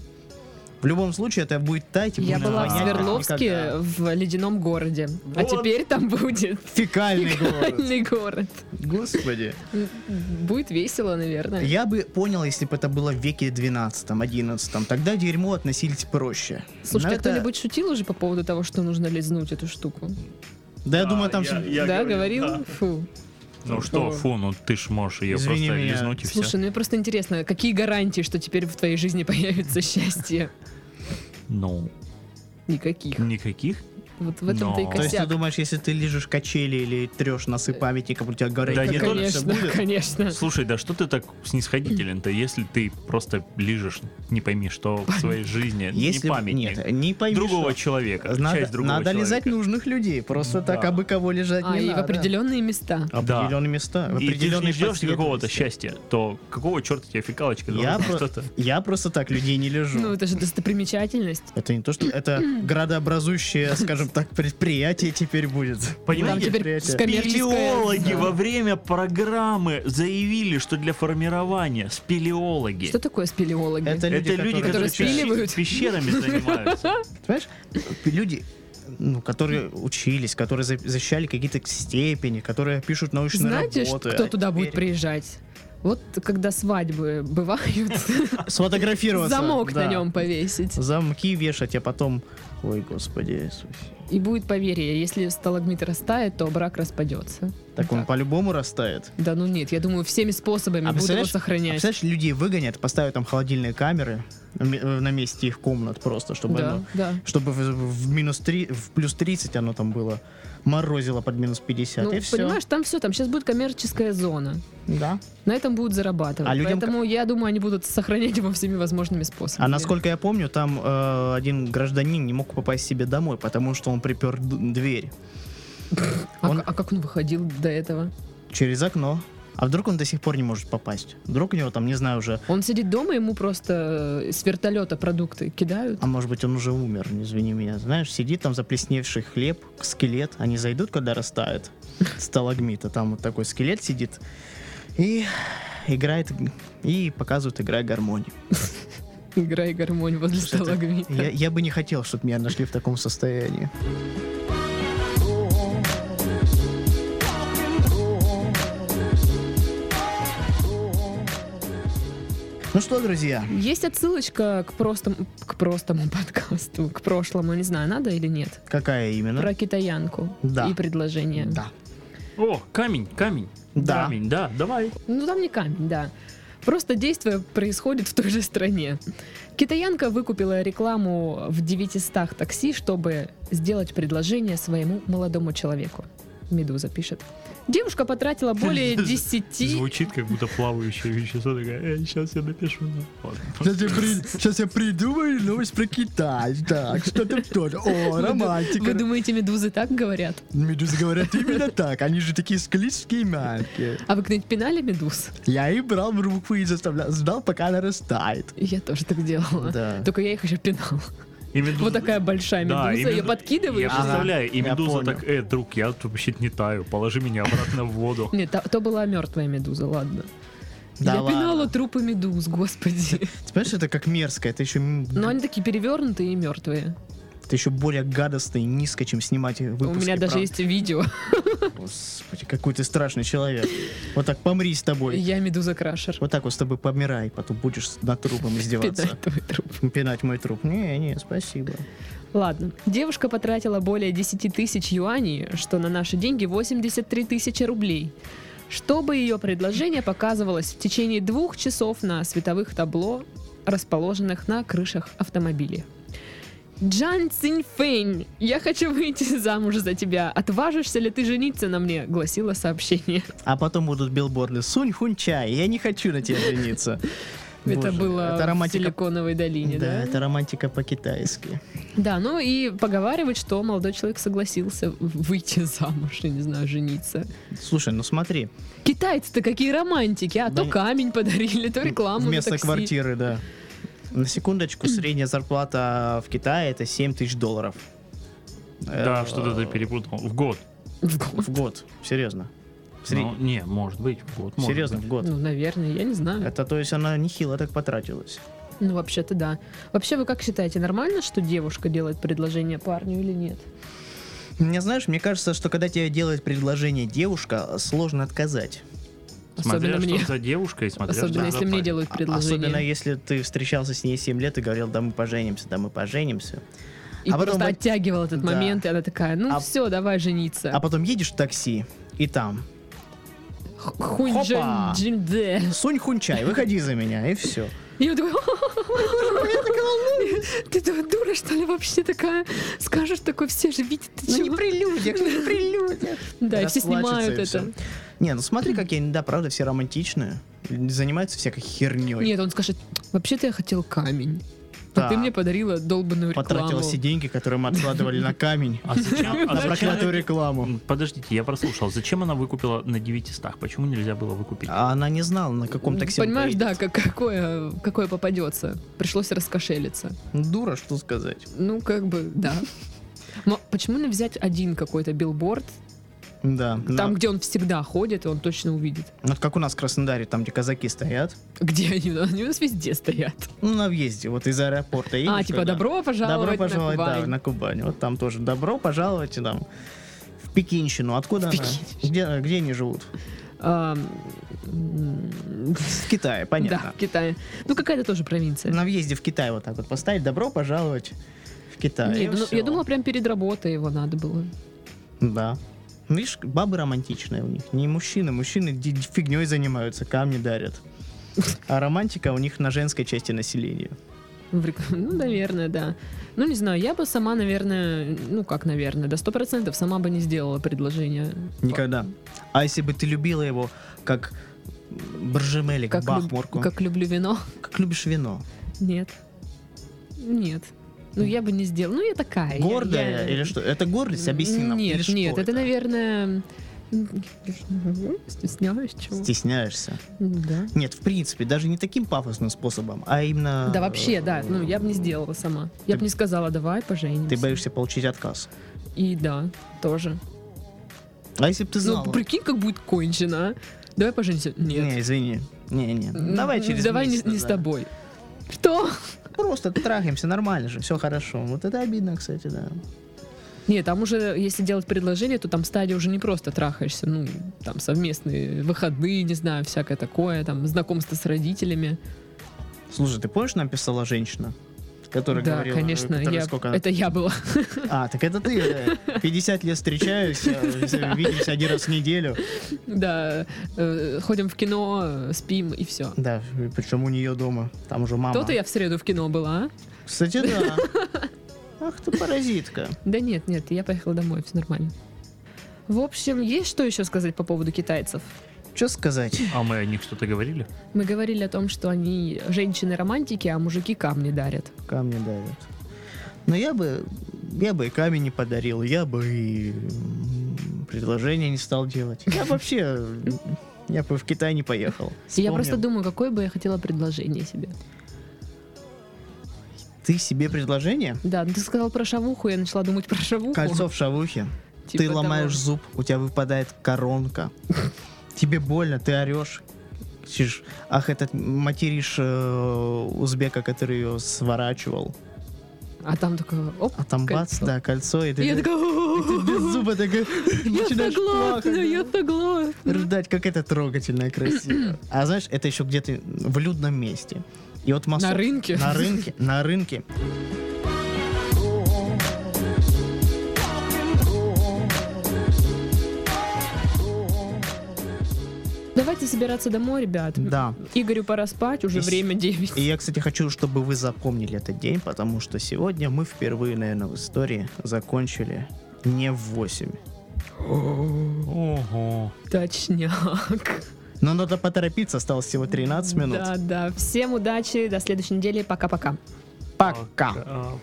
В любом случае, это будет таять. и
Я
будет
была в
вонять, как
Свердловске,
никогда.
в ледяном городе. А
Вот.
теперь там будет <laughs>
Фекальный город.
фекальный город.
Господи.
Будет весело, наверное.
Я бы понял, если бы это было в веке 12 11 Тогда дерьмо относились проще.
Слушай,
Но
а
это-
кто-нибудь шутил уже по поводу того, что нужно лизнуть эту штуку?
Да, я
Да,
думаю, там...
А, я-
всё-
я
да,
говорил,
говорил?
да.
Фу.
Ну что,
Здорово.
фу, ну ты ж можешь ее
Извини
просто
меня.
лизнуть и все.
Слушай, ну мне просто интересно, какие гарантии, что теперь в твоей <laughs> жизни появится счастье?
Ну,
Никаких.
никаких.
Вот в этом-то и
Но.
То есть ты
косяк.
думаешь, если ты лежишь качели или трешь носы памятником, у тебя горит?
Да не
как
только-
всё
Конечно,
будет?
конечно.
Слушай, да что ты так снисходителен-то, если ты просто лижешь, не пойми, что в своей жизни,
Если
не
б-
памятник
Нет, не пойми,
другого
что.
человека,
Надо,
часть другого
надо лизать ну,
человека.
нужных людей, просто так,
Да.
абы кого лежать
А,
не
и в
надо.
определенные места.
Определенные места. в
И ты же не
определенные
ждешь какого-то
последовательности.
счастья, то какого черта тебе фикалочка
Я,
должна
про-
что-то?
я просто так людей не лежу.
Ну, это же достопримечательность.
Это не то, что
<clears throat>
это градообразующее, скажем так, предприятие теперь будет.
Там
Понимаете?
теперь
предприятие.
с коммерческое-
Спелеологи
Да.
во время программы заявили, что для формирования спелеологи.
Что такое спелеологи?
Это-
Это люди, которые,
которые спиливают.
пещ- пещерами занимаются.
Понимаешь, люди, ну, которые учились, которые за- защищали какие-то степени, которые пишут научные
Знаете, ш-
работы.
кто
а
туда будет
теперь
приезжать? Вот когда свадьбы бывают,
<laughs> А, Сфотографироваться.
замок
да.
на нем повесить.
Замки вешать, а потом... Ой, господи Иисусе.
И будет поверье, если сталагмит растает, то брак распадется.
Так он
Так.
по-любому растает.
Да ну нет, я думаю, всеми способами
А
будут его
представляешь, а
сохранять.
представляешь, людей выгонят, поставят там холодильные камеры на ме- э, на месте их комнат просто, чтобы
Да,
оно-
да.
чтобы в, в минус 3, в плюс 30 оно там было, морозило под минус 50,
Ну,
и все.
понимаешь, там все, там сейчас будет коммерческая зона.
Да.
На этом будут зарабатывать.
А людям
Поэтому я думаю, они будут сохранять его всеми возможными способами.
А насколько я помню, там э, один гражданин не мог попасть себе домой, потому что он припер д- дверь
А,
он-
к- а как он выходил до этого?
через окно. А вдруг он до сих пор не может попасть? Вдруг у него там, не знаю, уже...
Он сидит дома, ему просто э, с вертолета продукты кидают. <laughs>
А может быть, он уже умер, ну, извини меня. Знаешь, сидит там заплесневший хлеб, скелет. Они зайдут, когда растает сталагмит, а там вот такой скелет сидит и играет, и показывает игра гармонии.
Играй гармонь возле
Слушай, это-
сталагмита.
Я, я бы не хотел, чтобы меня нашли в таком состоянии. Ну что, друзья,
Есть отсылочка к простому, к простому <laughs> подкасту, к прошлому, не знаю, надо или нет.
какая именно?
Про китаянку
Да.
и предложение.
Да.
О, камень, камень.
Да.
Камень, да, давай.
Ну там не камень, да. Просто действие происходит в той же стране. Китаянка выкупила рекламу в 900 такси, чтобы сделать предложение своему молодому человеку. Медуза пишет. Девушка потратила
<laughs>
более 10...
Звучит как будто плавающее вещество. Такая, сейчас я напишу.
Сейчас я, придумаю новость про Китай. Так, что-то тоже. О,
Вы думаете, медузы так говорят?
Медузы говорят именно так. Они же такие склизкие и мягкие.
А вы когда-нибудь пинали медуз?
Я и брал буквы и заставлял, ждал, пока она растает.
Я тоже так делала.
Да.
Только я их
<laughs>
еще пинала. Вот такая большая медуза,
Да, и
ее
меду- Я
подкидываешь.
Ага.
представляю, и
Я
медуза
понял.
так, э, друг, я тут вообще не таю, положи меня обратно в
<laughs>
воду.
Нет, та- то, была мертвая медуза, ладно.
Да
я
ладно.
пинала трупы медуз, господи.
Ты понимаешь, это как мерзко, это еще, м-
Но они такие перевернутые и мертвые.
это еще более гадостно и низко, чем снимать
У
выпуски.
меня даже
правда.
есть видео.
Господи, какой ты страшный человек. Вот так помри с тобой.
Я медуза крашер.
Вот так вот с тобой помирай, потом будешь над
<laughs>
трупом издеваться.
Пинай твой труп.
Пинать мой труп. Не, не, спасибо.
Ладно. Девушка потратила более 10 тысяч юаней, что на наши деньги 83 тысячи рублей. Чтобы ее предложение показывалось в течение двух часов на световых табло, расположенных на крышах автомобилей. Джан Циньфэнь, я хочу выйти замуж за тебя. Отважишься ли ты жениться на мне? Гласило сообщение.
А потом будут билборды. Сунь хунь чай, я не хочу на тебя жениться.
<laughs>
Боже,
это было
это
в
романтика.
Силиконовой долине, да?
Да, это романтика по-китайски.
Да, ну и поговаривать, что молодой человек согласился выйти замуж, я не знаю, жениться.
Слушай, ну смотри,
Китайцы-то какие романтики, а
Да
то
не-
камень подарили, то рекламу. на
Вместо
такси. <laughs>
квартиры, да. На
<clears throat>
секундочку, средняя зарплата в Китае это 7 тысяч долларов.
Да,
Э,
что-то ты перепутал. В год.
В год.
В год, серьезно. В сред-
Ну, не, может быть, в год. может
Серьезно, в год.
Ну, наверное, я не знаю.
Это то есть она нехило так потратилась.
Ну, вообще-то да. Вообще, вы как считаете, нормально, что девушка делает предложение парню или нет?
Мне знаешь, мне кажется, что когда тебе делает предложение девушка, сложно отказать.
быть. Смотря
Особенно
что
мне.
за девушка и смотря
Особенно
что
если
за
мне
парень.
делают
А-
предложение.
Особенно если ты встречался с ней 7 лет и говорил, да мы поженимся, да мы поженимся.
И
а потом
просто
вот-
оттягивал этот
Да.
момент, и она такая, ну
А-
все, давай жениться.
А потом едешь в такси, и там
Х- Хунь
Хопа!
джин- джин- дэ.
Сунь Хунчай, выходи за меня, и все.
И он такой... Ты такая, дура, что ли, вообще такая? Скажешь такой, все же видят, ты чего?»
людях, не при людях.
Да, и все
Ну, Расплачется,
снимают
и всё.
это.
Не, ну смотри, какие они, да, правда, все романтичные. Занимаются всякой херней.
Нет, он скажет, вообще-то я хотел камень. А
Да.
ты мне подарила долбанную
Потратила
рекламу.
все деньги, которые мы откладывали на
<laughs>
камень.
А зачем? а
На
зачем
проклятую
она-
рекламу.
М, Подождите, я прослушал. Зачем она выкупила на 900? Почему нельзя было выкупить?
А она не знала, на каком такси он
Понимаешь,
поедет.
да, как- какое, какое попадется. Пришлось раскошелиться.
Дура, что сказать.
Ну, как бы, да. Но почему не взять один какой-то билборд,
Да.
там,
но-
где он всегда ходит, и он точно увидит?
Вот как у нас в Краснодаре, там, где казаки стоят.
Где они? Они у нас везде стоят.
Ну, на въезде, вот из аэропорта.
а,
едешь,
типа,
когда-
добро пожаловать
Добро пожаловать,
на
да,
Кубань.
на Кубань. Вот там тоже добро пожаловать и там в Пекинщину. Откуда она?
В Пекинщину.
Где, где они живут?
А, м,
В Китае,
Да,
понятно. Ну,
в Китае. Ну, какая-то тоже провинция.
На въезде в Китай вот так вот поставить. Добро пожаловать в Китай.
Не,
и
ну, я
всё.
думала, прям перед работой его надо было. <laughs>
Да. Ну, Видишь, бабы романтичные у них. Не мужчины. Мужчины ди- фигней занимаются, камни дарят. А романтика у них на женской части населения.
в рек- Ну, наверное, да. Ну, не знаю, я бы сама, наверное, ну, как, наверное, до 100% сама бы не сделала предложение.
Никогда. А если бы ты любила его как бржемели, как
Как, люб-
бахмурку? Как...
как люблю вино. <laughs>
любишь вино?
Нет. Нет. Ну, я бы не сделала. Ну, я такая. я-
Гордая
я-
или что? Это гордость? Объясни нам.
Нет,
или что
нет, это, <laughs> наверное... Стесняюсь чего. Ну,
Стесняешься.
Да.
Нет, в принципе, даже не таким пафосным способом, а именно...
Да вообще, да.
э,
Ну, я бы не сделала сама. Я
ты-
бы не сказала, давай поженимся.
Ты боишься получить отказ.
И да, тоже.
А если бы ты знала?
Ну, прикинь, как будет кончено. а? Давай поженимся. Нет.
Не, извини. Не, не.
М,
Давай через
Давай не-
месяц
не, с
назад.
тобой. Что?
Просто трахаемся, нормально же, все хорошо. Вот это обидно, кстати, да.
Нет, там уже, если делать предложение, то там стадия уже не просто трахаешься, ну, там совместные выходные, не знаю, всякое такое, там, знакомство с родителями.
Слушай, ты помнишь, нам писала женщина? Которая
да,
говорила,
конечно,
которая
я,
сколько...
это я была. <laughs>
А, так это ты, да. 50 лет встречаюсь, э, видимся один раз в неделю.
Да, э, ходим в кино, э, спим и все.
Да, причем у нее дома, там уже мама.
То-то я в среду в кино была, а?
Кстати,
<laughs>
да. Ах ты паразитка.
Да нет, нет, я поехала домой, все нормально. В общем, есть что еще сказать по поводу китайцев?
Что сказать?
А мы о них что-то говорили?
Мы говорили о том, что они женщины романтики, а мужики камни дарят.
Камни давят. Но я бы, я бы и камень не подарил, я бы и м, предложение не стал делать.
<laughs>
Я вообще, м, я бы в Китай не поехал.
Я просто
Вспомнил.
думаю, какое бы я хотела предложение себе.
Ты себе предложение?
Да, ну ты сказал про шавуху, я начала думать про шавуху.
Кольцо в шавухе.
Типа
ты
того.
ломаешь зуб, у тебя выпадает
<laughs>
коронка. Тебе больно, ты орешь. Кричишь, Ах, этот материшь э, узбека, который ее сворачивал.
А там такое, оп,
А там бац,
кольцо.
да, кольцо, и
И
ты,
я такая,
ты
<laughs>
без
«О-о-о-о-о-о».
зуба такая
я
начинаешь
так глотну,
плакать.
я так глотну.
Рыдать, как это трогательно, красиво. А знаешь, это еще где-то в людном месте. И вот масса
На рынке.
На рынке, на
<laughs>
рынке.
Давайте собираться домой, ребят.
Да.
Игорю пора спать, уже
И с-
время 9.
И я, кстати, хочу, чтобы вы запомнили этот день, потому что сегодня мы впервые, наверное, в истории закончили не в 8.
Ого.
Точняк.
Но надо поторопиться, осталось всего 13 минут.
Да, да. Всем удачи, до следующей недели. Пока-пока.
Пока.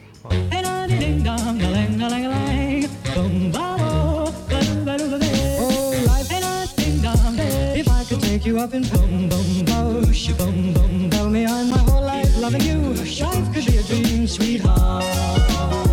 Oh, life ain't a ding dong. If I could take you up in boom boom boom, boom boom, tell me I'm my whole life loving you. Life could be a dream, sweetheart.